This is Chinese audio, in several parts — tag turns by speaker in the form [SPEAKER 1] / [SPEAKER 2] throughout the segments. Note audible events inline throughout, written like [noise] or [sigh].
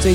[SPEAKER 1] 最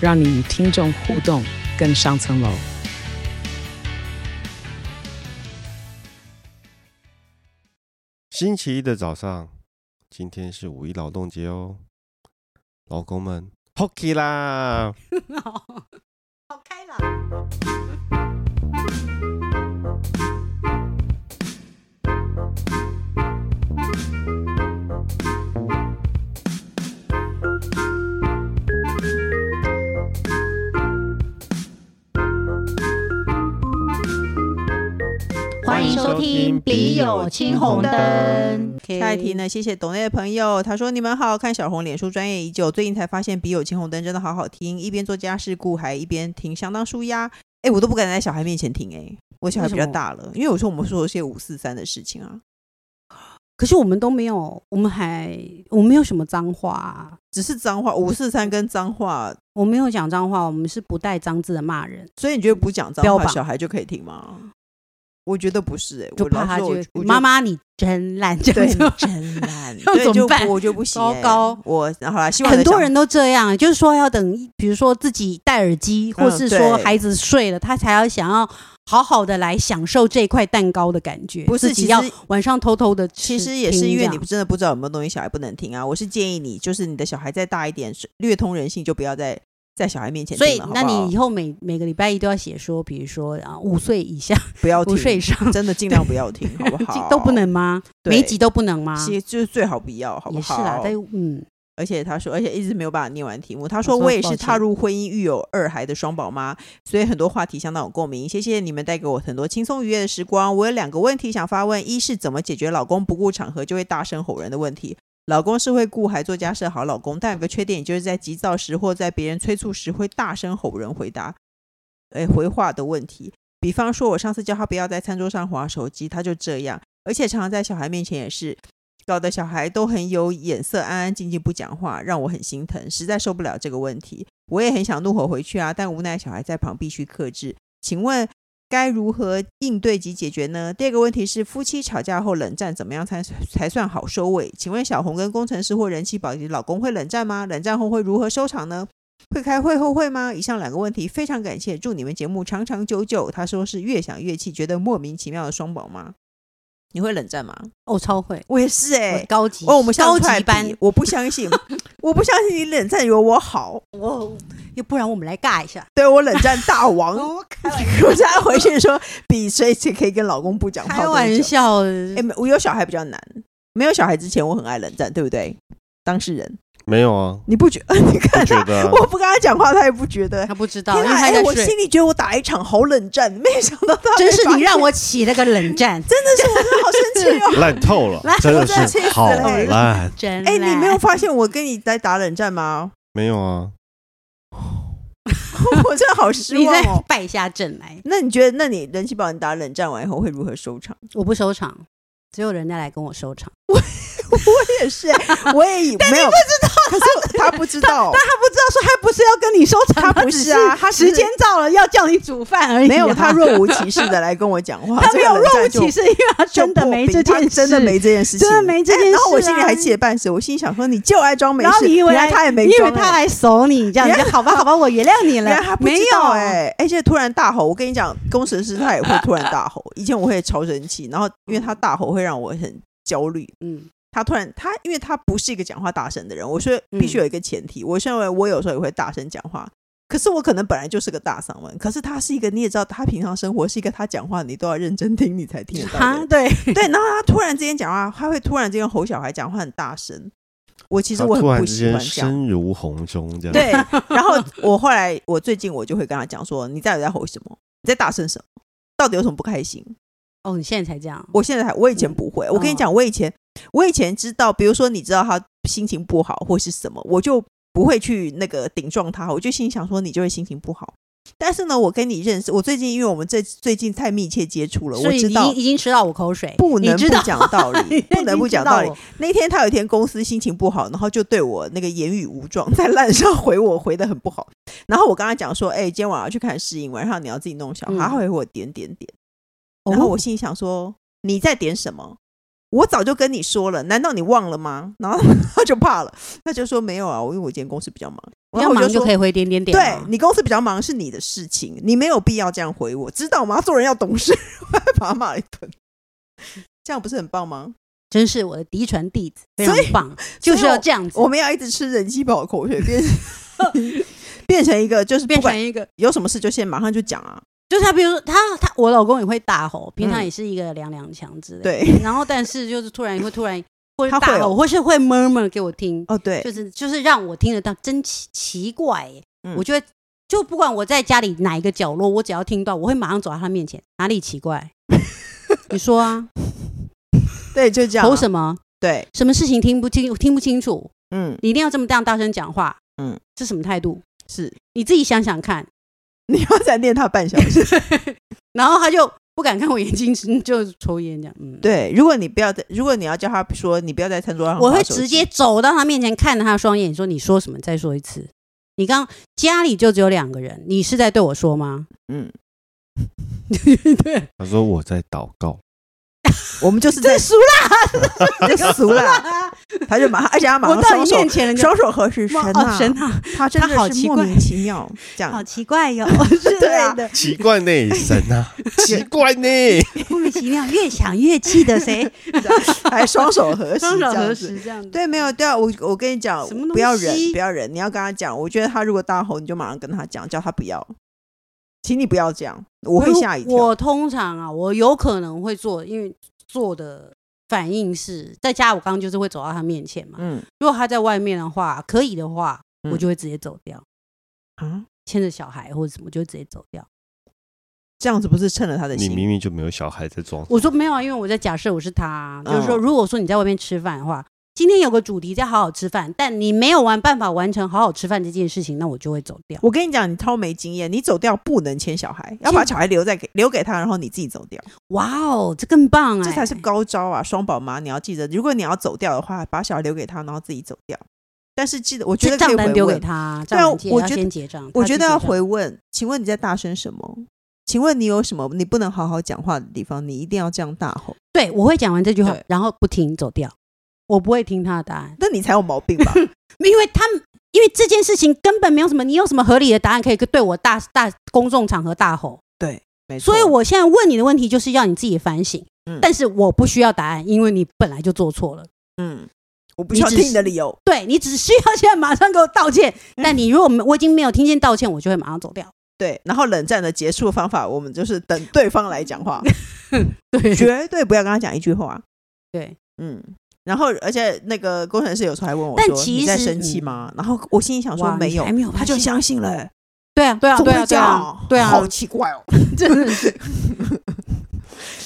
[SPEAKER 1] 让你与听众互动更上层楼。
[SPEAKER 2] 星期一的早上，今天是五一劳动节哦，劳工们 h o k y 啦！
[SPEAKER 3] 好，好开朗。
[SPEAKER 4] 欢迎收听《笔友青红灯》。
[SPEAKER 3] 下一题呢？谢谢懂内的朋友，他说：“你们好，看小红脸书专业已久，最近才发现《笔友青红灯》真的好好听，一边做家事顾孩，一边听，相当舒压。哎，我都不敢在小孩面前听，哎，我小孩比较大了，因为有时候我们说一些五四三的事情啊，
[SPEAKER 4] 可是我们都没有，我们还我没有什么脏话啊，
[SPEAKER 3] 只是
[SPEAKER 4] [laughs]
[SPEAKER 3] 脏话，五四三跟脏话，
[SPEAKER 4] 我没有讲脏话，我们是不带脏字的骂人，
[SPEAKER 3] 所以你觉得不讲脏
[SPEAKER 4] 标
[SPEAKER 3] 话，
[SPEAKER 4] 榜
[SPEAKER 3] 小孩就可以听吗？我觉得不是、哎，
[SPEAKER 4] 就
[SPEAKER 3] 我
[SPEAKER 4] 怕
[SPEAKER 3] 老
[SPEAKER 4] 他
[SPEAKER 3] 实说
[SPEAKER 4] 就
[SPEAKER 3] 我我
[SPEAKER 4] 妈妈你真烂，这
[SPEAKER 3] 对
[SPEAKER 4] 样
[SPEAKER 3] 你
[SPEAKER 4] 就
[SPEAKER 3] 真烂，
[SPEAKER 4] [laughs] 要
[SPEAKER 3] 对
[SPEAKER 4] 怎么
[SPEAKER 3] 就不
[SPEAKER 4] 办
[SPEAKER 3] 我就不行、
[SPEAKER 4] 糟
[SPEAKER 3] 哎
[SPEAKER 4] 糕
[SPEAKER 3] 我好啦，希望
[SPEAKER 4] 很
[SPEAKER 3] 我的
[SPEAKER 4] 多
[SPEAKER 3] 小
[SPEAKER 4] 人都这样，就是说要等一，比如说自己戴耳机，或
[SPEAKER 3] 嗯
[SPEAKER 4] 是说
[SPEAKER 3] 对
[SPEAKER 4] 孩子睡了，他才要想要好好的来享受这块蛋糕的感觉，
[SPEAKER 3] 不是
[SPEAKER 4] 自己
[SPEAKER 3] 其实
[SPEAKER 4] 要晚上偷偷的吃。
[SPEAKER 3] 其实也是
[SPEAKER 4] 听
[SPEAKER 3] 因
[SPEAKER 4] 这
[SPEAKER 3] 为
[SPEAKER 4] 样
[SPEAKER 3] 你真的不知道有没有东西小孩不能听啊。我是建议你，就是你的小孩再大一点，是略通人性，就不要再在小孩面前
[SPEAKER 4] 所
[SPEAKER 3] 听
[SPEAKER 4] 以
[SPEAKER 3] 了，好不
[SPEAKER 4] 那你以
[SPEAKER 3] 好
[SPEAKER 4] 后每每个礼拜一都要写说，比如说啊，五岁以下、
[SPEAKER 3] 不要
[SPEAKER 4] 五
[SPEAKER 3] 听，
[SPEAKER 4] 岁以上，
[SPEAKER 3] 真的尽量不要听，
[SPEAKER 4] [laughs]
[SPEAKER 3] 好不好？
[SPEAKER 4] 都不，能吗？
[SPEAKER 3] 对
[SPEAKER 4] 每一集都不能吗？
[SPEAKER 3] 其实就是最好不要，好
[SPEAKER 4] 啊
[SPEAKER 3] 不
[SPEAKER 4] 也是
[SPEAKER 3] 好？
[SPEAKER 4] 啦，但嗯，
[SPEAKER 3] 而且他说，而且一直没有办法念完题目。他
[SPEAKER 4] 哦
[SPEAKER 3] 说，
[SPEAKER 4] 说
[SPEAKER 3] 我也
[SPEAKER 4] 抱
[SPEAKER 3] 是
[SPEAKER 4] 歉
[SPEAKER 3] 踏入婚姻育有二孩的双宝妈，所以很多话题相当有共鸣。谢谢你们带给我很多轻松愉悦的时光。我有两个问题想发问：一是怎么解决老公不顾场合就会大声吼人的问题？老公是会顾孩做家事的好老公，但有个缺点，也就是在急躁时或在别人催促时会大声吼人回答，哎，回话的问题。比方说，我上次叫他不要在餐桌上划手机，他就这样，而且常常在小孩面前也是，搞得小孩都很有眼色，安安静静不讲话，让我很心疼，实在受不了这个问题。我也很想怒吼回去啊，但无奈小孩在旁必须克制。请问该如何应对及解决呢？第二个问题是，夫妻吵架后冷战怎么样才才算好收尾？请问小红跟工程师或人气保洁老公会冷战吗？冷战后会如何收场呢？会开会后会吗？以上两个问题非常感谢，祝你们节目长长久久。他说是越想越气，觉得莫名其妙的双宝妈，你会冷战吗？
[SPEAKER 4] 我哦超会，
[SPEAKER 3] 我也是哎、
[SPEAKER 4] 我高级
[SPEAKER 3] [laughs] 哦，我们上
[SPEAKER 4] 高
[SPEAKER 3] 次还
[SPEAKER 4] 级
[SPEAKER 3] 比
[SPEAKER 4] 班，
[SPEAKER 3] 我不相信， [laughs] 我不相信你冷战有我好，
[SPEAKER 4] 我要不然我们来尬一下。
[SPEAKER 3] 对我冷战大王。
[SPEAKER 4] 我哦开
[SPEAKER 3] [laughs] 我现在回去说，比谁谁可以跟老公不讲话
[SPEAKER 4] 开
[SPEAKER 3] 多
[SPEAKER 4] 玩
[SPEAKER 3] 久。
[SPEAKER 4] 笑的，
[SPEAKER 3] 哎、没我有小孩比较难，没有小孩之前我很爱冷战，对不对？当事人，
[SPEAKER 2] 没有
[SPEAKER 4] [laughs]
[SPEAKER 2] 啊，
[SPEAKER 3] 你不觉？ [laughs] 你看
[SPEAKER 2] 不觉
[SPEAKER 3] 他，
[SPEAKER 2] 得啊、
[SPEAKER 3] 我不跟他讲话，他也不觉
[SPEAKER 4] [laughs]
[SPEAKER 3] 得。
[SPEAKER 4] 他不知道，
[SPEAKER 3] 天
[SPEAKER 4] 因为
[SPEAKER 3] 啊！
[SPEAKER 4] 他
[SPEAKER 3] 哎、
[SPEAKER 4] 在
[SPEAKER 3] 我
[SPEAKER 4] 睡。
[SPEAKER 3] 心里觉得我打了一场好冷战，没想到他
[SPEAKER 4] 真是你让
[SPEAKER 3] 我
[SPEAKER 4] 我起了个冷
[SPEAKER 3] [laughs]
[SPEAKER 4] 战，
[SPEAKER 3] 真的是我真的好生气哦。
[SPEAKER 2] 烂透了
[SPEAKER 4] 烂，
[SPEAKER 2] 真的
[SPEAKER 3] 我真的气死
[SPEAKER 2] 是
[SPEAKER 3] 了
[SPEAKER 2] 好
[SPEAKER 3] 哎
[SPEAKER 2] 烂。
[SPEAKER 4] 真
[SPEAKER 3] [laughs] 哎、你没有
[SPEAKER 4] [laughs] 烂
[SPEAKER 3] 发现我跟你在打冷战吗？ [laughs]
[SPEAKER 2] 没有啊，
[SPEAKER 3] 我真的好失
[SPEAKER 4] 你
[SPEAKER 3] 望
[SPEAKER 4] 在
[SPEAKER 3] 哦。
[SPEAKER 4] 败下阵来，
[SPEAKER 3] 那你觉得，那你人气宝你打冷战完以后会如何收
[SPEAKER 4] [laughs]
[SPEAKER 3] 场？
[SPEAKER 4] 我不收场，只有人家来跟我收场。
[SPEAKER 3] 我也是，欸
[SPEAKER 4] [laughs]
[SPEAKER 3] 我也以没有不知道，可是他不知道
[SPEAKER 4] 但，他不知道说他不是要跟你收场，
[SPEAKER 3] [laughs] 他不
[SPEAKER 4] 只
[SPEAKER 3] 是啊他只是
[SPEAKER 4] 时间到了要叫你煮饭而已啊。
[SPEAKER 3] 没有他若无其事的来跟我讲
[SPEAKER 4] [laughs]
[SPEAKER 3] 话，
[SPEAKER 4] 他没有
[SPEAKER 3] 这个冷
[SPEAKER 4] 若无
[SPEAKER 3] 战就
[SPEAKER 4] 其事，因为他真的
[SPEAKER 3] 就
[SPEAKER 4] 没
[SPEAKER 3] 不
[SPEAKER 4] 这件
[SPEAKER 3] 他
[SPEAKER 4] 事，
[SPEAKER 3] 真的没这件事情，
[SPEAKER 4] 真的没这件事啊
[SPEAKER 3] 哎然后我心里还气得半死，我心里想说，你就爱装没事，
[SPEAKER 4] 然后你以为
[SPEAKER 3] 原来他也没
[SPEAKER 4] 你以为
[SPEAKER 3] 装
[SPEAKER 4] 他
[SPEAKER 3] 哎。
[SPEAKER 4] 来熟你这样，你就好吧，好吧，我原谅你
[SPEAKER 3] 原来他
[SPEAKER 4] 了。
[SPEAKER 3] 不知
[SPEAKER 4] 没有
[SPEAKER 3] 道哎、而且突然大吼，我跟你讲，工程师他也会突然大吼。以前我会超生气，然后因为他大吼会让我很焦虑，
[SPEAKER 4] 嗯，
[SPEAKER 3] 他突然他，因为他不是一个讲话大声的人，我说必须有一个前提，我认为我有时候也会大声讲话，可是我可能本来就是个大嗓门，可是他是一个你也知道，他平常生活是一个他讲话你都要认真听你才听得到的
[SPEAKER 4] 哈，
[SPEAKER 3] 人，
[SPEAKER 4] 对，
[SPEAKER 3] 对，然后他突然之间讲话，他会突然之间吼小孩讲话很大声，我其实
[SPEAKER 2] 他
[SPEAKER 3] 我很
[SPEAKER 2] 突然
[SPEAKER 3] 不
[SPEAKER 2] 之
[SPEAKER 3] 喜
[SPEAKER 2] 间
[SPEAKER 3] 欢这样。
[SPEAKER 2] 声如洪钟这样。
[SPEAKER 3] 对，然后我后来我最近我就会跟他讲说，你到底在吼什么？你在大声什么？到底有什么不开心？
[SPEAKER 4] 哦，你现在才这样，
[SPEAKER 3] 我现在还，我以前不
[SPEAKER 4] 嗯
[SPEAKER 3] 会。我跟你讲，我以前，我以前知道，比如说你知道他心情不好或是什么，我就不会去那个顶撞他，我就心想说你就会心情不好。但是呢，我跟你认识，我最近因为我们这最近太密切接触了，我
[SPEAKER 4] 所以
[SPEAKER 3] 知
[SPEAKER 4] 你
[SPEAKER 3] 道
[SPEAKER 4] 已已经吃到我口水，
[SPEAKER 3] 不能
[SPEAKER 4] 你
[SPEAKER 3] 不
[SPEAKER 4] 知道 [laughs]
[SPEAKER 3] 讲道理，不能不讲道理
[SPEAKER 4] 你已经知。哦
[SPEAKER 3] 那天他有一天公司心情不好，然后就对我那个言语无状，在烂上回我回的很不好。然后我跟他讲说，哎、今天晚上要去看试映，晚上你要自己弄小孩。
[SPEAKER 4] 嗯
[SPEAKER 3] 他回我点点点，
[SPEAKER 4] 我
[SPEAKER 3] 然后我心里想说，你在点什么？我早就跟你说了，难道你忘了吗？然后 [laughs] 他就怕了，他就说没有啊，我因为我今天公司比较忙，
[SPEAKER 4] 比
[SPEAKER 3] 然
[SPEAKER 4] 较
[SPEAKER 3] 后我
[SPEAKER 4] 忙
[SPEAKER 3] 说
[SPEAKER 4] 就可以回点点啊点
[SPEAKER 3] 对
[SPEAKER 4] 嘛，
[SPEAKER 3] 你公司比较忙是你的事情，你没有必要这样回我，知道吗？做人要懂事， [laughs] 我还把他骂了一顿，这样不是很棒吗？
[SPEAKER 4] 真是我的嫡传弟子，非常
[SPEAKER 3] 所以
[SPEAKER 4] 棒，就是要这样子，
[SPEAKER 3] 我们要一直吃人鸡堡口水，
[SPEAKER 4] [laughs]
[SPEAKER 3] 变变成一个就是不
[SPEAKER 4] 变成
[SPEAKER 3] 管
[SPEAKER 4] 一个，
[SPEAKER 3] 有什么事就先马上就讲啊，
[SPEAKER 4] 就是他，比如说他他我老公也会大吼，平常
[SPEAKER 3] 嗯
[SPEAKER 4] 也是一个踉踉跄之类，
[SPEAKER 3] 对，
[SPEAKER 4] 然后但是就是突然会突然会
[SPEAKER 3] 他会哦
[SPEAKER 4] 大
[SPEAKER 3] 有
[SPEAKER 4] 吼，或是会 murmur 给我听，
[SPEAKER 3] 哦对，
[SPEAKER 4] 就是就是让我听得到，真奇奇怪耶、
[SPEAKER 3] 嗯
[SPEAKER 4] 我觉得就不管我在家里哪一个角落，我只要听到，我会马上走到他面前，哪里奇怪？ [laughs] 你说
[SPEAKER 3] [laughs]
[SPEAKER 4] 啊，
[SPEAKER 3] 对，就这样、
[SPEAKER 4] 吼
[SPEAKER 3] 啊，
[SPEAKER 4] 什么？
[SPEAKER 3] 对，
[SPEAKER 4] 什么事情听不清听不清楚？
[SPEAKER 3] 嗯，
[SPEAKER 4] 你一定要这么大大声讲话？
[SPEAKER 3] 嗯
[SPEAKER 4] 嗯，这什么态度？
[SPEAKER 3] 是
[SPEAKER 4] 你自己想想看。
[SPEAKER 3] 你要再念他半小时，
[SPEAKER 4] 然后他就不敢看我眼睛， [laughs] 就抽烟这样。嗯，，
[SPEAKER 3] 对，如果你不要再，如果你要叫他说你不要在餐桌上，
[SPEAKER 4] 我会直接，走到他面前，看着他的双眼，说：“你说什么？再说一次。你刚家里就只有两个人，你是在对我说吗？”
[SPEAKER 3] 嗯，
[SPEAKER 4] [laughs] 对，
[SPEAKER 2] 他说我在祷
[SPEAKER 4] [laughs]
[SPEAKER 2] 告，
[SPEAKER 3] 我们就是在
[SPEAKER 4] 这熟啦，
[SPEAKER 3] 在俗
[SPEAKER 4] [laughs]
[SPEAKER 3] 了，他就马上，而且他马
[SPEAKER 4] 我
[SPEAKER 3] 上
[SPEAKER 4] 到
[SPEAKER 3] 双
[SPEAKER 4] 你
[SPEAKER 3] 手
[SPEAKER 4] 面前了，你就
[SPEAKER 3] 双手合十，神
[SPEAKER 4] 哇
[SPEAKER 3] 啊
[SPEAKER 4] 哦神啊，
[SPEAKER 3] 他真的
[SPEAKER 4] 他好
[SPEAKER 3] 是
[SPEAKER 4] 奇
[SPEAKER 3] 莫
[SPEAKER 4] 怪
[SPEAKER 3] 名其
[SPEAKER 4] [laughs]
[SPEAKER 3] 妙这
[SPEAKER 4] 好
[SPEAKER 3] 样。
[SPEAKER 4] 奇怪哟， [laughs] 是
[SPEAKER 3] [laughs] 对啊
[SPEAKER 4] 对的，
[SPEAKER 2] 奇怪呢，神
[SPEAKER 4] [laughs]
[SPEAKER 2] 啊，奇怪呢，
[SPEAKER 4] 莫名其妙，越想越气的
[SPEAKER 3] [laughs]
[SPEAKER 4] 谁，
[SPEAKER 3] 这样还双手合十，
[SPEAKER 4] [laughs] 双手
[SPEAKER 3] 这样
[SPEAKER 4] 合
[SPEAKER 3] 子。
[SPEAKER 4] 十这样子，
[SPEAKER 3] 对，没有，对啊，我我跟你讲
[SPEAKER 4] 什么，东
[SPEAKER 3] 不要忍，
[SPEAKER 4] 西
[SPEAKER 3] 不要忍，你要跟他讲。我觉得他如果大吼，你就马上跟他讲，叫他不要，请你不要这样，我会吓一跳。
[SPEAKER 4] 我通常啊，我有可能会做，因为做的反应是在家，我刚刚就是会走到他面前嘛。
[SPEAKER 3] 嗯
[SPEAKER 4] 如果他在外面的话，可以的话，
[SPEAKER 3] 嗯
[SPEAKER 4] 我就会直接走掉，
[SPEAKER 3] 啊，
[SPEAKER 4] 牵着小孩或者什么，就会直接走掉。
[SPEAKER 3] 这样子不是趁了他的
[SPEAKER 2] 你
[SPEAKER 3] 心？
[SPEAKER 2] 明明就没有小孩在装，
[SPEAKER 4] 我说没有啊，因为我在假设我是他，啊就是说，
[SPEAKER 3] 嗯
[SPEAKER 4] 如果说你在外面吃饭的话，今天有个主题叫好好吃饭，但你没有完办法完成好好吃饭这件事情，那我就会走掉。
[SPEAKER 3] 我跟你讲，你超没经验，你走掉不能牵小孩，要把小孩留在给留给他，然后你自己走掉，
[SPEAKER 4] 哇哦，这更棒啊！
[SPEAKER 3] 这才是高招啊！双宝妈，你要记得，如果你要走掉的话，把小孩留给他，然后自己走掉。但是记得，我觉
[SPEAKER 4] 就
[SPEAKER 3] 得可
[SPEAKER 4] 账
[SPEAKER 3] 以
[SPEAKER 4] 单
[SPEAKER 3] 回
[SPEAKER 4] 丢给
[SPEAKER 3] 问，
[SPEAKER 4] 他，
[SPEAKER 3] 对
[SPEAKER 4] 账
[SPEAKER 3] 啊
[SPEAKER 4] 单记得
[SPEAKER 3] 我
[SPEAKER 4] 要
[SPEAKER 3] 觉得
[SPEAKER 4] 先结账。
[SPEAKER 3] 我
[SPEAKER 4] 他
[SPEAKER 3] 觉
[SPEAKER 4] 去
[SPEAKER 3] 得
[SPEAKER 4] 结
[SPEAKER 3] 要
[SPEAKER 4] 账
[SPEAKER 3] 回问，请问你在大声什么？请问你有什么你不能好好讲话的地方？你一定要这样大吼，
[SPEAKER 4] 对，我会讲完这句话
[SPEAKER 3] 对，
[SPEAKER 4] 然后不听走掉，我不会听他的答案，
[SPEAKER 3] 那你才有毛病 [laughs] 吧？
[SPEAKER 4] 因为他们因为这件事情根本没有什么，你有什么合理的答案可以对我大大公众场合大吼？
[SPEAKER 3] 没错，
[SPEAKER 4] 所以我现在问你的问题就是要你自己反省，
[SPEAKER 3] 嗯
[SPEAKER 4] 但是我不需要答案，因为你本来就做错了。
[SPEAKER 3] 嗯，我不需要
[SPEAKER 4] 你只
[SPEAKER 3] 听你的理由，
[SPEAKER 4] 对你只需要现在马上给我道歉，
[SPEAKER 3] 嗯
[SPEAKER 4] 但你如果没我已经没有听见道歉，我就会马上走掉。
[SPEAKER 3] 对。然后冷战的结束的方法，我们就是等对方来讲话，
[SPEAKER 4] [laughs] 对
[SPEAKER 3] 绝对不要跟他讲一句话，
[SPEAKER 4] 对，
[SPEAKER 3] 嗯。然后，而且那个工程师有时候还问我
[SPEAKER 4] 但
[SPEAKER 3] 说：“
[SPEAKER 4] 其
[SPEAKER 3] 你在
[SPEAKER 4] 实
[SPEAKER 3] 生气
[SPEAKER 4] 嗯
[SPEAKER 3] 吗？”然后我心里想说：“
[SPEAKER 4] 哇
[SPEAKER 3] 没
[SPEAKER 4] 你
[SPEAKER 3] 有
[SPEAKER 4] 还，没有
[SPEAKER 3] 他就
[SPEAKER 4] 发现
[SPEAKER 3] 相信了、欸。
[SPEAKER 4] 对啊，对啊，
[SPEAKER 3] 怎么
[SPEAKER 4] 对
[SPEAKER 3] 会
[SPEAKER 4] 啊，
[SPEAKER 3] 这
[SPEAKER 4] 对
[SPEAKER 3] 样
[SPEAKER 4] 啊，对啊
[SPEAKER 3] 好，奇怪哦。
[SPEAKER 4] 真的是。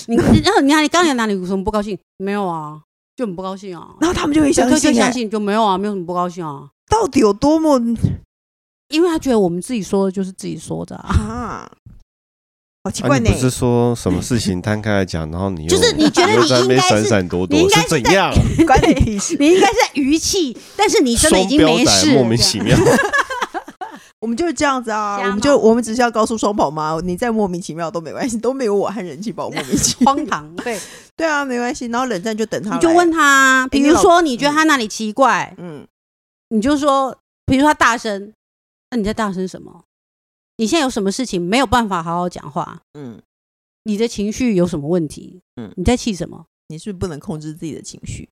[SPEAKER 4] 你然后你看你刚才哪里有什么不高兴？没有啊，就很不高兴啊”。
[SPEAKER 3] 然后他们就会相
[SPEAKER 4] 对
[SPEAKER 3] 信、
[SPEAKER 4] 就
[SPEAKER 3] 欸，
[SPEAKER 4] 相信就没有啊，没有什么不高兴啊，
[SPEAKER 3] 到底有多么
[SPEAKER 4] 因为他觉得我们自己说的就是自己说的啊， [laughs]
[SPEAKER 3] 啊？好奇
[SPEAKER 2] 啊，
[SPEAKER 3] 怪
[SPEAKER 2] 你
[SPEAKER 3] 呢、
[SPEAKER 2] 不是说什么事情摊开来讲，然后你又
[SPEAKER 4] 就是你觉得
[SPEAKER 2] 又
[SPEAKER 4] 你
[SPEAKER 2] 在那
[SPEAKER 4] 应
[SPEAKER 2] 边
[SPEAKER 4] 该
[SPEAKER 2] 闪
[SPEAKER 4] 是
[SPEAKER 2] 闪躲
[SPEAKER 4] 你应
[SPEAKER 2] 躲
[SPEAKER 4] 该
[SPEAKER 2] 是
[SPEAKER 4] 是
[SPEAKER 2] 怎
[SPEAKER 4] 在
[SPEAKER 2] 样？
[SPEAKER 3] [laughs] 关你屁事！
[SPEAKER 4] 你应该是在余气，但是你真的已
[SPEAKER 2] 双
[SPEAKER 4] 经
[SPEAKER 2] 标
[SPEAKER 4] 没
[SPEAKER 2] 仔
[SPEAKER 4] 事了，
[SPEAKER 2] 莫名其
[SPEAKER 4] 这样
[SPEAKER 2] 妙，
[SPEAKER 3] 我们就是这样子啊，
[SPEAKER 4] 瞎
[SPEAKER 3] 我们就我们只是要告诉双宝妈，你再莫名其妙都没关系，都没有我和人
[SPEAKER 4] [laughs]
[SPEAKER 3] 气宝莫名其妙。
[SPEAKER 4] 荒唐。对，
[SPEAKER 3] 对啊，没关系。然后冷战就等他，
[SPEAKER 4] 你就问，他，比
[SPEAKER 3] 你
[SPEAKER 4] 如
[SPEAKER 3] 老
[SPEAKER 4] 说你觉得他哪里奇怪，
[SPEAKER 3] 嗯，
[SPEAKER 4] 你就说，比如说他大声，那你在大声什么？你现在有什么事情没有办法好好讲话？
[SPEAKER 3] 嗯，
[SPEAKER 4] 你的情绪有什么问题？
[SPEAKER 3] 嗯
[SPEAKER 4] 嗯，你在气什么？
[SPEAKER 3] 你是不是不能控制自己的情绪？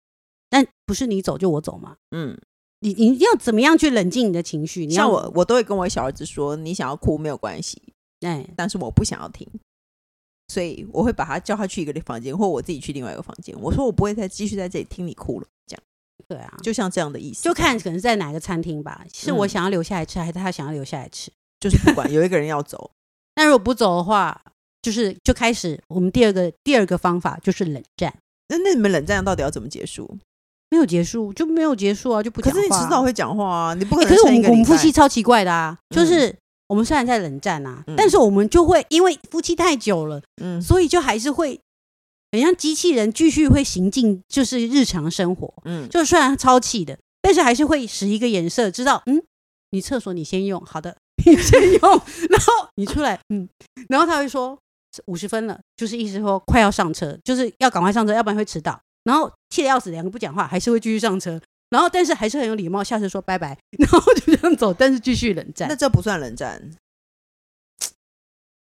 [SPEAKER 4] 但不是你走就我走嘛？
[SPEAKER 3] 嗯，
[SPEAKER 4] 你你要怎么样去冷静你的情绪？你要
[SPEAKER 3] 像我，我都会跟我小儿子说，你想要哭没有关系，
[SPEAKER 4] 哎，
[SPEAKER 3] 但是我不想要听，所以我会把他叫他去一个房间，或我自己去另外一个房间。我说我不会再继续在这里听你哭了，这样
[SPEAKER 4] 对啊，
[SPEAKER 3] 就嗯像这样的意思，
[SPEAKER 4] 就看可能是在哪个餐厅吧，是我想要留下来吃，还是他想要留下来吃？
[SPEAKER 3] 就是不管有一个人要走，
[SPEAKER 4] 那如果不走的话，就是就开始我们第二个第二个方法就是冷战。
[SPEAKER 3] 那那你们冷战到底要怎么结束？
[SPEAKER 4] 没有结束就没有结束啊，就不
[SPEAKER 3] 可
[SPEAKER 4] 讲
[SPEAKER 3] 是你
[SPEAKER 4] 话
[SPEAKER 3] 迟早会讲话啊，你不可
[SPEAKER 4] 欸可
[SPEAKER 3] 能
[SPEAKER 4] 是我
[SPEAKER 3] 撑一
[SPEAKER 4] 们
[SPEAKER 3] 个
[SPEAKER 4] 我
[SPEAKER 3] 礼
[SPEAKER 4] 们夫
[SPEAKER 3] 拜。
[SPEAKER 4] 妻超奇怪的啊，就
[SPEAKER 3] 嗯
[SPEAKER 4] 是我们虽然在冷战啊，
[SPEAKER 3] 嗯
[SPEAKER 4] 但是我们就会因为夫妻太久了，
[SPEAKER 3] 嗯
[SPEAKER 4] 所以就还是会很像机器人，继续会行进，就是日常生活。
[SPEAKER 3] 嗯，
[SPEAKER 4] 就虽然超气的，但是还是会使一个眼色，知道嗯，你厕所你先用，好的，你先用， [laughs] 然后你出来，嗯，然后他会说五十分了，就是意思说快要上车，就是要赶快上车，要不然会迟到。然后气得要死，两个不讲话，还是会继续上车。然后但是还是很有礼貌，下次说拜拜，然后就这样走，但是继续冷战
[SPEAKER 3] 那。这不算冷战。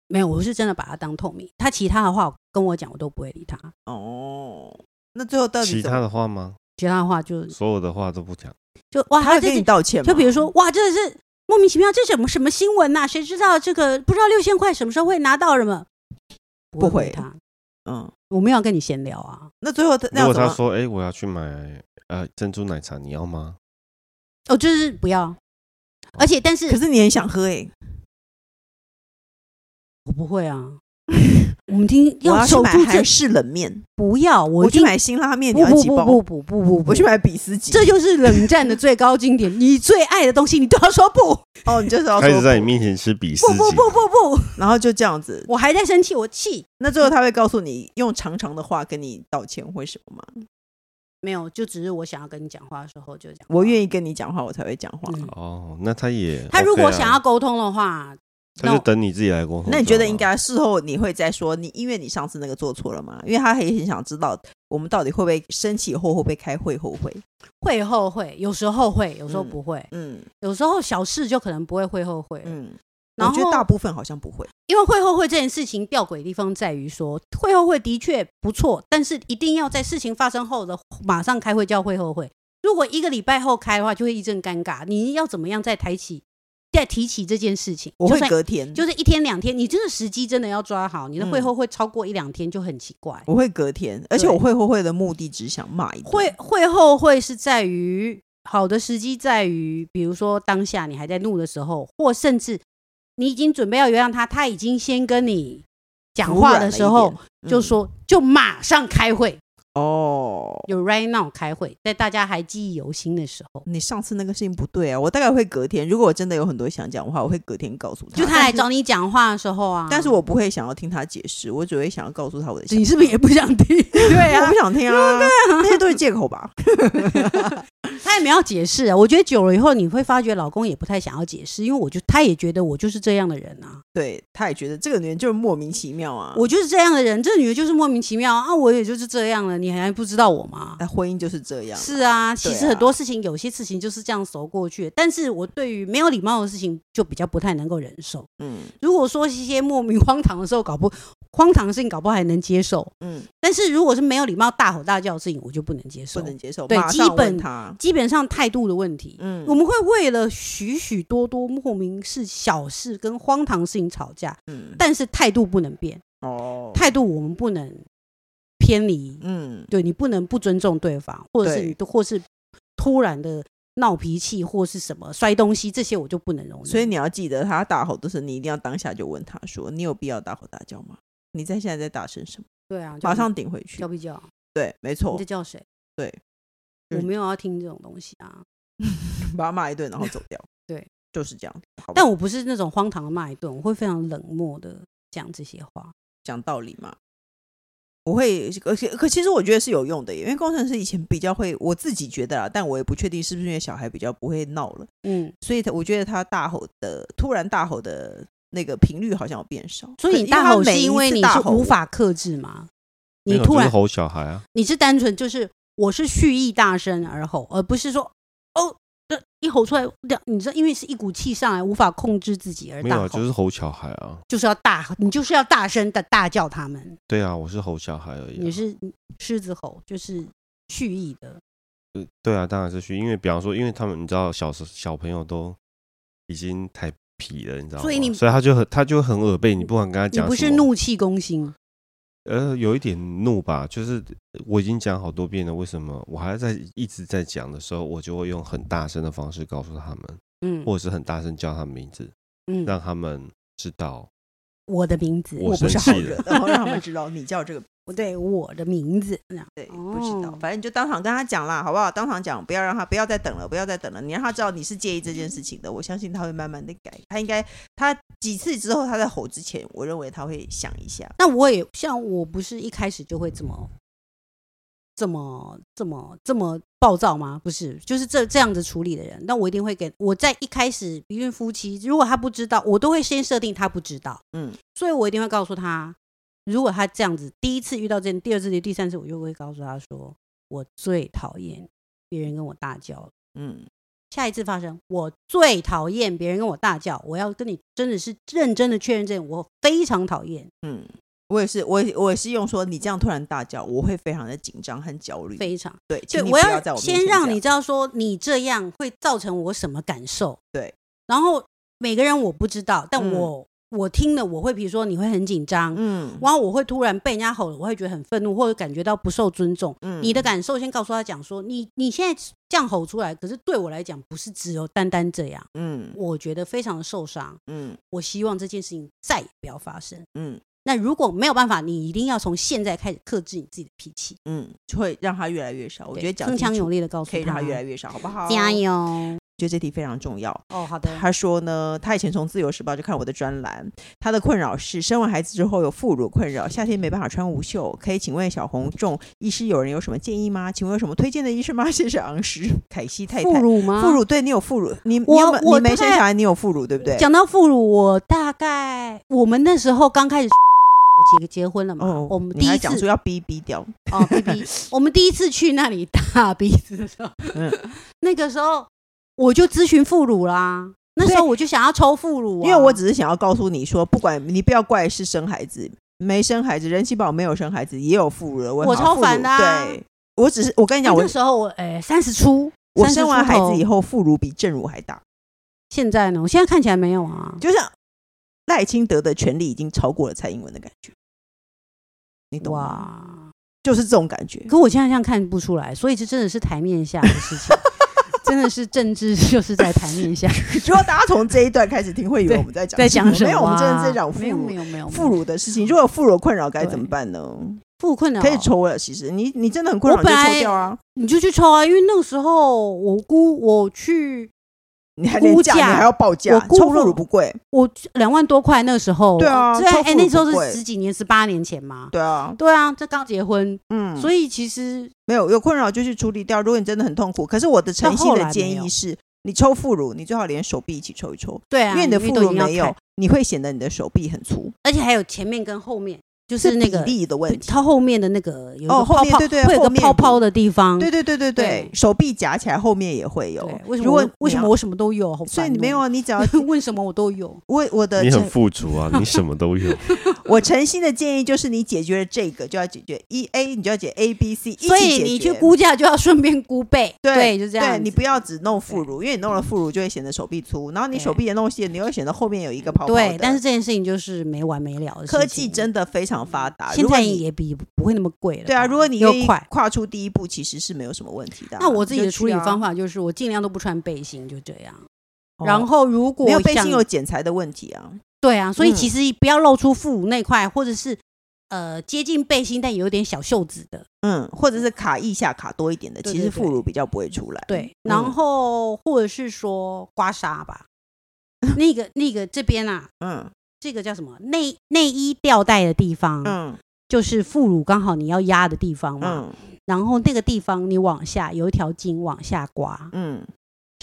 [SPEAKER 4] 没有，我是真的把他当透明。他其他的话跟我讲，我都不会理他。
[SPEAKER 3] 哦，那最后到
[SPEAKER 2] [laughs]
[SPEAKER 3] 底
[SPEAKER 2] 其
[SPEAKER 3] 怎
[SPEAKER 2] 他
[SPEAKER 3] 么？
[SPEAKER 2] 的话吗？
[SPEAKER 4] 其他的话就
[SPEAKER 2] 所有的话都不讲，
[SPEAKER 4] 就哇，
[SPEAKER 3] 他
[SPEAKER 4] 他
[SPEAKER 3] 会
[SPEAKER 4] 这
[SPEAKER 3] 跟
[SPEAKER 4] 是
[SPEAKER 3] 你道歉吗？
[SPEAKER 4] 就比如说，哇，真的是莫名其妙，这什么什么新闻呐、谁知道这个不知道六千块什么时候会拿到什么？
[SPEAKER 3] 不
[SPEAKER 4] 会
[SPEAKER 3] 会
[SPEAKER 4] 回他，
[SPEAKER 3] 嗯，
[SPEAKER 4] 我没有跟你闲聊啊。
[SPEAKER 3] 那最后他那
[SPEAKER 2] 如
[SPEAKER 3] 要
[SPEAKER 2] 果
[SPEAKER 3] 怎
[SPEAKER 2] 他
[SPEAKER 3] 么？
[SPEAKER 2] 说：“哎、我要去买呃珍珠奶茶，你要吗
[SPEAKER 4] 哦，就是不要。而且，但是
[SPEAKER 3] 可是你很想喝欸诶，
[SPEAKER 4] 我不会啊。我们听
[SPEAKER 3] [laughs] 我要去
[SPEAKER 4] 守
[SPEAKER 3] 买
[SPEAKER 4] 住这
[SPEAKER 3] 韩，式冷面，
[SPEAKER 4] 不要我
[SPEAKER 3] 我
[SPEAKER 4] 一
[SPEAKER 3] 去
[SPEAKER 4] 定
[SPEAKER 3] 买辛拉面，你
[SPEAKER 4] 不
[SPEAKER 3] 要
[SPEAKER 4] 不
[SPEAKER 3] 几
[SPEAKER 4] 不
[SPEAKER 3] 包？
[SPEAKER 4] 不不不不不，
[SPEAKER 3] 我去买比斯吉。
[SPEAKER 4] 这就是冷战的最高经典。你最爱的东西，你都要说不
[SPEAKER 3] 哦，你就是？”要
[SPEAKER 2] 开始
[SPEAKER 3] 说
[SPEAKER 2] 在
[SPEAKER 3] 不
[SPEAKER 2] 你面前吃比斯
[SPEAKER 4] 不不
[SPEAKER 2] 吉，
[SPEAKER 4] 不不不，
[SPEAKER 3] 然后就这样子。
[SPEAKER 4] 我还在生气，我气
[SPEAKER 3] 那最后他会告诉你用长长的话跟你道歉，为什么吗？
[SPEAKER 4] 没有，就只是我想要跟你讲话的时候就讲话。
[SPEAKER 3] 我愿
[SPEAKER 4] 意。
[SPEAKER 3] 意跟你讲话，我才会讲话。
[SPEAKER 4] 嗯
[SPEAKER 2] 哦，那他也
[SPEAKER 4] 他如果
[SPEAKER 2] OK 啊
[SPEAKER 4] 想要沟通的话，
[SPEAKER 2] 他就等你自己来沟通。
[SPEAKER 3] 那你觉得应
[SPEAKER 2] 知道吗？
[SPEAKER 3] 该事后你会再说你，因为你上次那个做错了吗？因为他也很想知道我们到底会不会生气后会不会开会后悔。
[SPEAKER 4] 会后会，有时候会，有时候
[SPEAKER 3] 嗯
[SPEAKER 4] 不会，
[SPEAKER 3] 嗯
[SPEAKER 4] 有时候小事就可能不会会后悔。
[SPEAKER 3] 嗯，我
[SPEAKER 4] 然
[SPEAKER 3] 觉得
[SPEAKER 4] 后
[SPEAKER 3] 大部分好像不会。
[SPEAKER 4] 因为会后会这件事情吊诡的地方在于说，会后会的确不错，但是一定要在事情发生后的马上开会叫会后会。如果一个礼拜后开的话，就会一阵尴尬。你要怎么样再抬起、再提起这件事情？
[SPEAKER 3] 我
[SPEAKER 4] 就
[SPEAKER 3] 会
[SPEAKER 4] 算
[SPEAKER 3] 隔天，
[SPEAKER 4] 就是一天两天，你这个时机真的要抓好。你的会
[SPEAKER 3] 嗯
[SPEAKER 4] 后会超过一两天就很奇怪。
[SPEAKER 3] 我会隔天，而且
[SPEAKER 4] 对
[SPEAKER 3] 我会后悔的目的只想骂一顿。
[SPEAKER 4] 会会后会是在于好的时机在于，比如说当下你还在怒的时候，或甚至你已经准备要原谅他，他已经先跟你讲
[SPEAKER 3] 服
[SPEAKER 4] 话
[SPEAKER 3] 软
[SPEAKER 4] 的
[SPEAKER 3] 了
[SPEAKER 4] 时
[SPEAKER 3] 一
[SPEAKER 4] 候
[SPEAKER 3] 点，
[SPEAKER 4] 就
[SPEAKER 3] 嗯
[SPEAKER 4] 说就马上开会，
[SPEAKER 3] 哦，
[SPEAKER 4] 有 right now 开会，在大家还记忆犹新的时候，
[SPEAKER 3] [laughs] 你上次那个事情不对啊，我大概会隔天。如果我真的有很多想讲的话，我会隔天告诉他。
[SPEAKER 4] 就他来
[SPEAKER 3] 但是
[SPEAKER 4] 找你讲话的时候啊，
[SPEAKER 3] 但是我不会想要听他解释，我只会想要告诉他我的想法。
[SPEAKER 4] 你是不是也不想
[SPEAKER 3] [laughs]
[SPEAKER 4] 听？
[SPEAKER 3] 对
[SPEAKER 4] 啊
[SPEAKER 3] 我不想
[SPEAKER 4] [laughs]
[SPEAKER 3] 听啊，那些都是借口吧？
[SPEAKER 4] 他也没有解释啊。我觉得久了以后，你会发觉老公也不太想要解释，因为我就他也觉得我就是这样的人啊。
[SPEAKER 3] 对，他也觉得这个女人就是莫名其妙啊。
[SPEAKER 4] 我就是这样的人，这女的就是莫名其妙啊，我也就是这样了，你还不知道我吗？
[SPEAKER 3] 那婚姻就是这样，
[SPEAKER 4] 是啊，其
[SPEAKER 3] 对
[SPEAKER 4] 实
[SPEAKER 3] 啊
[SPEAKER 4] 很多事情，有些事情就是这样熟过去的。但是我对于没有礼貌的事情，就比较不太能够忍受。
[SPEAKER 3] 嗯
[SPEAKER 4] 如果说一些莫名 [laughs] 荒唐的时候，搞不荒唐的事情，搞不好还能接受。
[SPEAKER 3] 嗯，
[SPEAKER 4] 但是如果是没有礼貌、大吼大叫的事情，我就不能接
[SPEAKER 3] 不
[SPEAKER 4] 受。
[SPEAKER 3] 能接受。
[SPEAKER 4] 对
[SPEAKER 3] 马
[SPEAKER 4] 基
[SPEAKER 3] 上问
[SPEAKER 4] 本
[SPEAKER 3] 他，
[SPEAKER 4] 基本上态度的问题，
[SPEAKER 3] 嗯，
[SPEAKER 4] 我们会为了许许多多莫名是小事跟荒唐事情吵架，
[SPEAKER 3] 嗯
[SPEAKER 4] 但是态度不能变，
[SPEAKER 3] 哦，
[SPEAKER 4] 态度我们不能偏离。
[SPEAKER 3] 嗯
[SPEAKER 4] 对你不能不尊重对方，或者是
[SPEAKER 3] 对
[SPEAKER 4] 你都或是突然的闹脾气或是什么摔东西，这些我就不能容忍。
[SPEAKER 3] 所以你要记得，他大吼的时候，你一定要当下就问他说：“你有必要大吼大叫吗？你在现在在大声什么
[SPEAKER 4] 对啊，？”
[SPEAKER 3] 马上顶回去
[SPEAKER 4] 叫。不叫？
[SPEAKER 3] 对，没
[SPEAKER 4] 你
[SPEAKER 3] 错
[SPEAKER 4] 在，叫谁？
[SPEAKER 3] 对，就
[SPEAKER 4] 我
[SPEAKER 3] 是
[SPEAKER 4] 没有要听这种东西啊。
[SPEAKER 3] 把他骂一顿，然后走掉。
[SPEAKER 4] [laughs] 对，
[SPEAKER 3] 就是这样。好吧
[SPEAKER 4] 但我不是那种荒唐的骂一顿，我会非常冷漠的讲这些话。
[SPEAKER 3] 讲道理嘛。我会，而且可其实我觉得是有用的耶，因为工程师以前比较会，我自己觉得啊，但我也不确定是不是因为小孩比较不会闹了，
[SPEAKER 4] 嗯，
[SPEAKER 3] 所以他我觉得他大吼的突然大吼的那个频率好像有变少。
[SPEAKER 4] 所
[SPEAKER 3] 可
[SPEAKER 4] 以你大吼是因为
[SPEAKER 3] 因
[SPEAKER 4] 你
[SPEAKER 3] 为他每一次
[SPEAKER 4] 是
[SPEAKER 3] 大吼
[SPEAKER 4] 无法克制吗？
[SPEAKER 2] 没
[SPEAKER 4] 你
[SPEAKER 2] 有
[SPEAKER 4] 突
[SPEAKER 2] 就是
[SPEAKER 4] 然
[SPEAKER 2] 吼小孩啊，
[SPEAKER 4] 你是单纯就是我是蓄意大声而吼，而不是说哦。这一吼出来，两你知道，因为是一股气上来，无法控制自己而
[SPEAKER 2] 没
[SPEAKER 4] 大
[SPEAKER 2] 有
[SPEAKER 4] 吼。
[SPEAKER 2] 啊，就是吼小孩啊。
[SPEAKER 4] 就是要大，你就是要大声的大叫他们。
[SPEAKER 2] 对啊，我是吼小孩而已、啊。
[SPEAKER 4] 你是狮子吼，就是蓄意的。
[SPEAKER 2] 呃对啊，当然是去，因为比方说，因为他们你知道小时小朋友都已经太皮了，你知道吗？
[SPEAKER 4] 所以你
[SPEAKER 2] 所以他就很他就很耳背，你不管跟他
[SPEAKER 4] 你
[SPEAKER 2] 讲，
[SPEAKER 4] 不是，怒气攻心，
[SPEAKER 2] 呃，有一点怒吧，就是我已经讲好多遍了，为什么我还在一直在讲的时候，我就会用很大声的方式告诉他们，
[SPEAKER 4] 嗯
[SPEAKER 2] 或者是很大声叫他们名字，
[SPEAKER 4] 嗯，
[SPEAKER 2] 让他们知道
[SPEAKER 4] 我的名字，
[SPEAKER 2] 我
[SPEAKER 3] 嗯我不是
[SPEAKER 2] 生
[SPEAKER 3] 好
[SPEAKER 2] 气了
[SPEAKER 3] 惹的，然后让他们知道你叫这个
[SPEAKER 4] 我对我的名字，这样
[SPEAKER 3] 对，不知道
[SPEAKER 4] 哦，
[SPEAKER 3] 反正你就当场跟他讲啦，好不好？当场讲，不要让他不要再等了，不要再等了。你让他知道你是介意这件事情的，我相信他会慢慢的改。他应该他几次之后，他在吼之前，我认为他会想一下。
[SPEAKER 4] 那我也像我不是一开始就会这么这么这么这么暴躁吗？不是，就是这这样子处理的人，那我一定会给我在一开始一对夫妻，如果他不知道，我都会先设定他不知道，
[SPEAKER 3] 嗯，
[SPEAKER 4] 所以我一定会告诉他，如果他这样子第一次遇到这，第二次、第三次，我就会告诉他说，我最讨厌别人跟我大叫了。
[SPEAKER 3] 嗯，
[SPEAKER 4] 下一次发生，我最讨厌别人跟我大叫，我要跟你真的是认真的确认这点，我非常讨厌，
[SPEAKER 3] 嗯，我也是，我也我也是用说你这样突然大叫，我会非常的紧张和焦虑。
[SPEAKER 4] 非常。
[SPEAKER 3] 对，
[SPEAKER 4] 对，
[SPEAKER 3] 请你
[SPEAKER 4] 我
[SPEAKER 3] 不要在我面
[SPEAKER 4] 先
[SPEAKER 3] 前
[SPEAKER 4] 让
[SPEAKER 3] 这
[SPEAKER 4] 你
[SPEAKER 3] 样
[SPEAKER 4] 知道说你这样会造成我什么感受。
[SPEAKER 3] 对，
[SPEAKER 4] 然后每个人我不知道，但
[SPEAKER 3] 嗯
[SPEAKER 4] 我、我听了我会，比如说你会很紧张，
[SPEAKER 3] 嗯
[SPEAKER 4] 然后我会突然被人家吼了，我会觉得很愤怒，或者感觉到不受尊重。
[SPEAKER 3] 嗯
[SPEAKER 4] 你的感受先告诉他讲说，你你现在这样吼出来，可是对我来讲不是只有单单这样，
[SPEAKER 3] 嗯
[SPEAKER 4] 我觉得非常的受伤。
[SPEAKER 3] 嗯
[SPEAKER 4] 我希望这件事情再也不要发生。
[SPEAKER 3] 嗯
[SPEAKER 4] 那如果没有办法，你一定要从现在开始克制你自己的脾气。
[SPEAKER 3] 嗯，就会让他越来越少。我
[SPEAKER 4] 对
[SPEAKER 3] 觉得讲
[SPEAKER 4] 铿
[SPEAKER 3] 清
[SPEAKER 4] 锵有
[SPEAKER 3] 楚
[SPEAKER 4] 力的告诉
[SPEAKER 3] 可以让他越来
[SPEAKER 4] 越
[SPEAKER 3] 越少，好不好？
[SPEAKER 4] 加！油
[SPEAKER 3] 觉得这题非常重要。
[SPEAKER 4] 哦，好的。
[SPEAKER 3] 他说呢，他以前从《自由时报》就看我的专栏，他的困扰是生完孩子之后有副乳困扰，夏天没办法穿无袖。可以请问小红众医师有人有什么建议吗？请问有什么推荐的医师吗？ [laughs] 谢谢昂师凯西太太。
[SPEAKER 4] 副乳吗？
[SPEAKER 3] 副乳对你有副乳，你你
[SPEAKER 4] 我
[SPEAKER 3] 有没
[SPEAKER 4] 我
[SPEAKER 3] 你没
[SPEAKER 4] 大
[SPEAKER 3] 生
[SPEAKER 4] 概
[SPEAKER 3] 小孩，你有副乳对不对？
[SPEAKER 4] 讲到副乳，我大概我们那时候刚开始 [laughs] 我结结婚了嘛，
[SPEAKER 3] 哦，
[SPEAKER 4] 我们
[SPEAKER 3] 你
[SPEAKER 4] 第
[SPEAKER 3] 还
[SPEAKER 4] 一
[SPEAKER 3] 讲说
[SPEAKER 4] 次
[SPEAKER 3] 要逼逼掉，
[SPEAKER 4] [laughs] 哦，B B，我们第一次去那里大鼻子的时候，
[SPEAKER 3] 嗯
[SPEAKER 4] 那个时候我就咨询副乳啦。那时候我就想要抽副乳、啊，
[SPEAKER 3] 因为我只是想要告诉你说，不管你不要怪是生孩子没生孩子，人气宝没有生孩子也有副乳的问
[SPEAKER 4] 我
[SPEAKER 3] 号
[SPEAKER 4] 超
[SPEAKER 3] 副乳
[SPEAKER 4] 烦的啊
[SPEAKER 3] 对，我只是我跟你
[SPEAKER 4] 因
[SPEAKER 3] 讲，
[SPEAKER 4] 为
[SPEAKER 3] 我
[SPEAKER 4] 那时候我哎三十出，
[SPEAKER 3] 我
[SPEAKER 4] 30
[SPEAKER 3] 生完
[SPEAKER 4] 出
[SPEAKER 3] 孩
[SPEAKER 4] 头
[SPEAKER 3] 子以，后，副乳比正乳还大，
[SPEAKER 4] 现在呢，我现在看起来没有啊，
[SPEAKER 3] 就像赖清德的权力已经超过了蔡英文的感觉，你懂吗？
[SPEAKER 4] 哇！
[SPEAKER 3] 就是这种感觉。
[SPEAKER 4] 可我现在这样看不出来，所以这真的是台面下的事
[SPEAKER 3] [laughs]
[SPEAKER 4] 情，真的是政治就是在台面下
[SPEAKER 3] 如果大家从这一段开始听，会以为我们在讲
[SPEAKER 4] 在讲什么啊、
[SPEAKER 3] 没有，我们真的在讲副
[SPEAKER 4] 没有没
[SPEAKER 3] 乳
[SPEAKER 4] 有没有
[SPEAKER 3] 副乳的事情。如果有副乳困扰该怎么
[SPEAKER 4] 对
[SPEAKER 3] 办呢？
[SPEAKER 4] 副困扰
[SPEAKER 3] 可以，抽啊了，其实你你真的很困扰，
[SPEAKER 4] 我
[SPEAKER 3] 你就
[SPEAKER 4] 本来
[SPEAKER 3] 抽掉啊！
[SPEAKER 4] 你就去抽啊，因为那个时候我估我去
[SPEAKER 3] 你还连
[SPEAKER 4] 估
[SPEAKER 3] 价你
[SPEAKER 4] 价
[SPEAKER 3] 还要报价
[SPEAKER 4] 我，估
[SPEAKER 3] 抽副乳
[SPEAKER 4] 了
[SPEAKER 3] 不贵，
[SPEAKER 4] 我两万多块，那个时候
[SPEAKER 3] 对啊
[SPEAKER 4] 对
[SPEAKER 3] 抽
[SPEAKER 4] 哎
[SPEAKER 3] 副
[SPEAKER 4] 那
[SPEAKER 3] 乳
[SPEAKER 4] 时候
[SPEAKER 3] 不贵
[SPEAKER 4] 是十几年十八年前嘛，
[SPEAKER 3] 对啊，
[SPEAKER 4] 对啊，这刚结婚，
[SPEAKER 3] 嗯，
[SPEAKER 4] 所以其实
[SPEAKER 3] 没有有困扰就去处理掉。如果你真的很痛苦，可是我的诚
[SPEAKER 4] 到
[SPEAKER 3] 心
[SPEAKER 4] 后
[SPEAKER 3] 的
[SPEAKER 4] 来
[SPEAKER 3] 建
[SPEAKER 4] 没有
[SPEAKER 3] 议是，你抽副乳，你最好连手臂一起抽一抽，
[SPEAKER 4] 对啊，
[SPEAKER 3] 因为你的副乳
[SPEAKER 4] 都已经要
[SPEAKER 3] 没有
[SPEAKER 4] 砍，，
[SPEAKER 3] 你会显得你的手臂很粗，
[SPEAKER 4] 而且还有前面跟后面，就是是那
[SPEAKER 3] 比
[SPEAKER 4] 个
[SPEAKER 3] 例的问题。
[SPEAKER 4] 它后面的那个有一
[SPEAKER 3] 哦
[SPEAKER 4] 个
[SPEAKER 3] 后
[SPEAKER 4] 泡
[SPEAKER 3] 面
[SPEAKER 4] 泡，
[SPEAKER 3] 对对
[SPEAKER 4] 会有
[SPEAKER 3] 后
[SPEAKER 4] 个
[SPEAKER 3] 面
[SPEAKER 4] 泡
[SPEAKER 3] 部
[SPEAKER 4] 泡的地方，
[SPEAKER 3] 对对对对对
[SPEAKER 4] 对，
[SPEAKER 3] 手臂夹起来后面也会有
[SPEAKER 4] 对，。为什
[SPEAKER 3] 如
[SPEAKER 4] 么
[SPEAKER 3] 果
[SPEAKER 4] 我为
[SPEAKER 3] 你
[SPEAKER 4] 什么
[SPEAKER 3] 要？
[SPEAKER 4] 我什么都有？好
[SPEAKER 3] 所以
[SPEAKER 4] 烦
[SPEAKER 3] 你没
[SPEAKER 4] 哦 [laughs]
[SPEAKER 3] 有，啊，你只要
[SPEAKER 4] 问什么我都有，
[SPEAKER 3] 我我的
[SPEAKER 2] 你很
[SPEAKER 3] 诚
[SPEAKER 2] 富足啊，你什么都
[SPEAKER 3] [laughs]
[SPEAKER 2] 有。
[SPEAKER 3] 我诚心的建议就是，你解决了这个就要解决一 A，你就要解 A B C，一起
[SPEAKER 4] 所以
[SPEAKER 3] 解
[SPEAKER 4] 你
[SPEAKER 3] 决
[SPEAKER 4] 去估价就要顺便估背，
[SPEAKER 3] 对，
[SPEAKER 4] 就这样子，
[SPEAKER 3] 对你不要只弄副乳，因为你弄了副乳就会显得手臂粗，然后你手
[SPEAKER 4] 对
[SPEAKER 3] 臂也弄细，你会显得后面有一个泡泡的。
[SPEAKER 4] 对，但是这件事情就是没完没了的事情。
[SPEAKER 3] 科技真的非常发达，
[SPEAKER 4] 现
[SPEAKER 3] 如果
[SPEAKER 4] 在
[SPEAKER 3] 你
[SPEAKER 4] 也比不会那么贵了吧。
[SPEAKER 3] 对啊，如果你
[SPEAKER 4] 又
[SPEAKER 3] 愿意
[SPEAKER 4] 快，
[SPEAKER 3] 跨出第一步，其实是没有什么问题的啊。
[SPEAKER 4] 那我自己
[SPEAKER 3] 你
[SPEAKER 4] 的
[SPEAKER 3] 就
[SPEAKER 4] 处理
[SPEAKER 3] 去啊
[SPEAKER 4] 方，法就是我尽量都不穿背心，就这样。
[SPEAKER 3] 哦
[SPEAKER 4] 然后如果
[SPEAKER 3] 没有背心
[SPEAKER 4] 像
[SPEAKER 3] 有剪裁的问题啊。
[SPEAKER 4] 对啊，所以
[SPEAKER 3] 嗯
[SPEAKER 4] 其实不要露出副乳那块，或者是呃接近背心但有点小袖子的，
[SPEAKER 3] 嗯，或者是卡腋下卡多一点的，
[SPEAKER 4] 对
[SPEAKER 3] 其
[SPEAKER 4] 对
[SPEAKER 3] 实副
[SPEAKER 4] 对
[SPEAKER 3] 乳比较不会出来。
[SPEAKER 4] 对。
[SPEAKER 3] 嗯
[SPEAKER 4] 然后或者是说刮痧
[SPEAKER 3] [laughs]
[SPEAKER 4] 吧，那个那个这边啊，
[SPEAKER 3] 嗯
[SPEAKER 4] 这个叫什么内内衣吊带的地方，
[SPEAKER 3] 嗯
[SPEAKER 4] 就是副乳刚好你要压的地方嘛。
[SPEAKER 3] 嗯
[SPEAKER 4] 然后那个地方你往下有一条筋往下刮，
[SPEAKER 3] 嗯，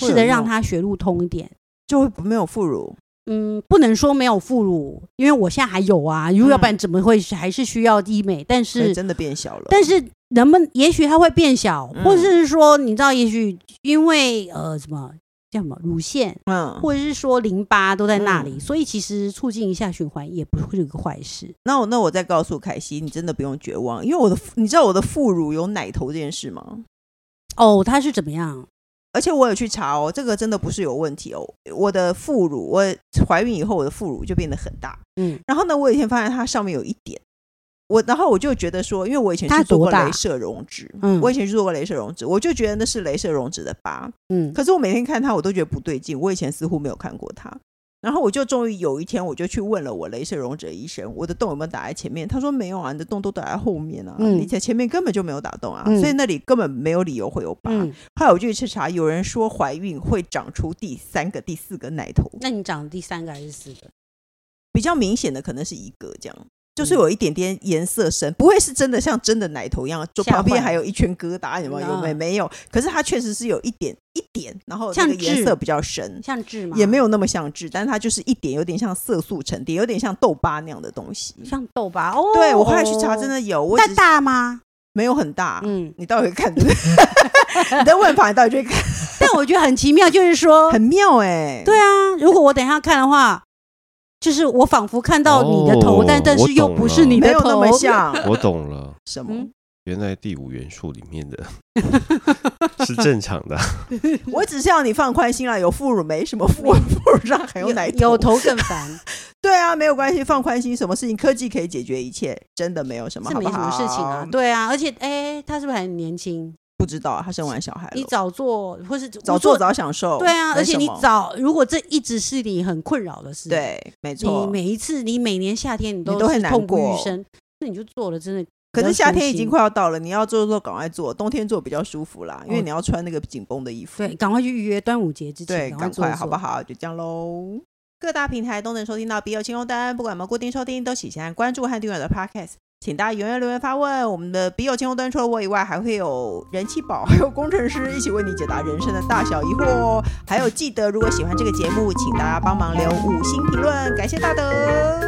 [SPEAKER 3] 会
[SPEAKER 4] 试
[SPEAKER 3] 有
[SPEAKER 4] 着让
[SPEAKER 3] 用
[SPEAKER 4] 它血路通一点。
[SPEAKER 3] 就会没有副乳。
[SPEAKER 4] 嗯，不能说没有副乳，因为我现在还有啊。如果要不然怎么会是还是需要医美？但
[SPEAKER 3] 所以
[SPEAKER 4] 是
[SPEAKER 3] 嗯真的变小了，
[SPEAKER 4] 但是人们也许它会变小，
[SPEAKER 3] 嗯
[SPEAKER 4] 或者是说你知道，也许因为呃什么叫什么乳腺，
[SPEAKER 3] 嗯，
[SPEAKER 4] 或者是说淋巴都在那里，
[SPEAKER 3] 嗯
[SPEAKER 4] 所以其实促进一下循环也不会是个坏事。
[SPEAKER 3] 那我那我再告诉凯西，你真的不用绝望，因为我的你知道我的副乳有奶头这件事吗？
[SPEAKER 4] 哦，它是怎么样？
[SPEAKER 3] 而且我有去查哦，这个真的不是有问题哦。我的副乳，我怀孕以后我的副乳就变得很大，
[SPEAKER 4] 嗯，
[SPEAKER 3] 然后呢，我有一天发现它上面有一点，我然后我就觉得说，因为我以前
[SPEAKER 4] 它
[SPEAKER 3] 是做
[SPEAKER 4] 多
[SPEAKER 3] 过
[SPEAKER 4] 大
[SPEAKER 3] 镭射溶脂，
[SPEAKER 4] 嗯
[SPEAKER 3] 我以前是做过镭射溶脂，我就觉得那是镭射溶脂的疤，
[SPEAKER 4] 嗯，
[SPEAKER 3] 可是我每天看它，我都觉得不对劲，我以前似乎没有看过它。然后我就终于有一天，我就去问了我镭射溶解医生，我的洞有没有打在前面？他说没有啊，你的洞都打在后面啊，
[SPEAKER 4] 嗯
[SPEAKER 3] 你在前面根本就没有打洞啊，
[SPEAKER 4] 嗯
[SPEAKER 3] 所以那里根本没有理由会有疤。
[SPEAKER 4] 嗯，
[SPEAKER 3] 后来我就去查，有人说怀孕会长出第三个、第四个奶头，
[SPEAKER 4] 那你长第三个还是四个？
[SPEAKER 3] 比较明显的可能是一个这样，
[SPEAKER 4] 嗯
[SPEAKER 3] 就是有一点点颜色深，不会是真的像真的奶头一样，就
[SPEAKER 4] 吓坏
[SPEAKER 3] 旁边还有一圈疙瘩，有没
[SPEAKER 4] 嗯
[SPEAKER 3] 有？有没有没有？可是它确实是有一点一点，然后那
[SPEAKER 4] 像
[SPEAKER 3] 个颜色
[SPEAKER 4] 痣
[SPEAKER 3] 比较深，
[SPEAKER 4] 像痣吗？
[SPEAKER 3] 也没有那么像痣，但它就是一点，有点像色素沉淀，有点像痘疤那样的东西。
[SPEAKER 4] 像痘疤哦。
[SPEAKER 3] 对我后来去查，真的有，我
[SPEAKER 4] 那
[SPEAKER 3] 只是啊
[SPEAKER 4] 大吗？
[SPEAKER 3] 没有很大。，
[SPEAKER 4] 哦嗯
[SPEAKER 3] [laughs] 你到底会看？对不对 [laughs] 你的问法，你到底会看？
[SPEAKER 4] 但我觉得很奇妙，就是说，
[SPEAKER 3] 很妙哎、
[SPEAKER 4] 对啊，如果我等一下看的话，就是我仿佛看到你的头，
[SPEAKER 2] 哦
[SPEAKER 4] 但但
[SPEAKER 2] 我
[SPEAKER 4] 是又
[SPEAKER 2] 懂
[SPEAKER 4] 不是
[SPEAKER 2] 了
[SPEAKER 4] 你
[SPEAKER 3] 没
[SPEAKER 4] 的
[SPEAKER 3] 有
[SPEAKER 4] 头，
[SPEAKER 3] 那么像
[SPEAKER 2] 我懂了，
[SPEAKER 3] 什么。
[SPEAKER 4] 嗯
[SPEAKER 2] 原来第五元素里面的 [laughs] 是正常的，
[SPEAKER 3] 我只是要你放宽心啊啦，有副乳没什么副副乳上哦还有奶头，
[SPEAKER 4] 有
[SPEAKER 3] [laughs]
[SPEAKER 4] 头更烦，
[SPEAKER 3] 对啊，没有关系，放宽心，什么事情科技可以解决一切，真的没有什么，
[SPEAKER 4] 这没
[SPEAKER 3] 好
[SPEAKER 4] 什
[SPEAKER 3] 不
[SPEAKER 4] 么
[SPEAKER 3] 好
[SPEAKER 4] 事情啊。，对啊，而且哎，他是不是还很年轻？
[SPEAKER 3] 不知道他生完小孩了，
[SPEAKER 4] 你早做或是
[SPEAKER 3] 早做早享受，
[SPEAKER 4] 对啊，
[SPEAKER 3] 没
[SPEAKER 4] 而且你
[SPEAKER 3] 什么
[SPEAKER 4] 早，如果这一直是你很困扰的事，，
[SPEAKER 3] 对，没
[SPEAKER 4] 你
[SPEAKER 3] 错。
[SPEAKER 4] 每一次，你每年夏天你都
[SPEAKER 3] 你都会
[SPEAKER 4] 是
[SPEAKER 3] 难
[SPEAKER 4] 痛不
[SPEAKER 3] 过
[SPEAKER 4] 欲生，那你就做了，真的
[SPEAKER 3] 可是夏天已
[SPEAKER 4] 比较舒
[SPEAKER 3] 经
[SPEAKER 4] 心
[SPEAKER 3] 快要到了，你要做做赶快做，冬天做比较舒服啦，因为
[SPEAKER 4] 哦
[SPEAKER 3] 你要穿那个紧绷的衣服。
[SPEAKER 4] 对，赶快去预约端午节之前，
[SPEAKER 3] 对，赶
[SPEAKER 4] 做
[SPEAKER 3] 快
[SPEAKER 4] 一
[SPEAKER 3] 好不
[SPEAKER 4] 做？
[SPEAKER 3] 好？就这样喽。各大平台都能收听到《笔友青红灯》，不管我们固定收听，都请先按关注和订阅我的 Podcast。请大家踊跃留言发问。我们的《笔友青红灯》除了我以外，还会有人气宝，还有工程师一起为你解答人生的大小疑惑哦。还有记得，如果喜欢这个节目，请大家帮忙留五星评论，感谢大德。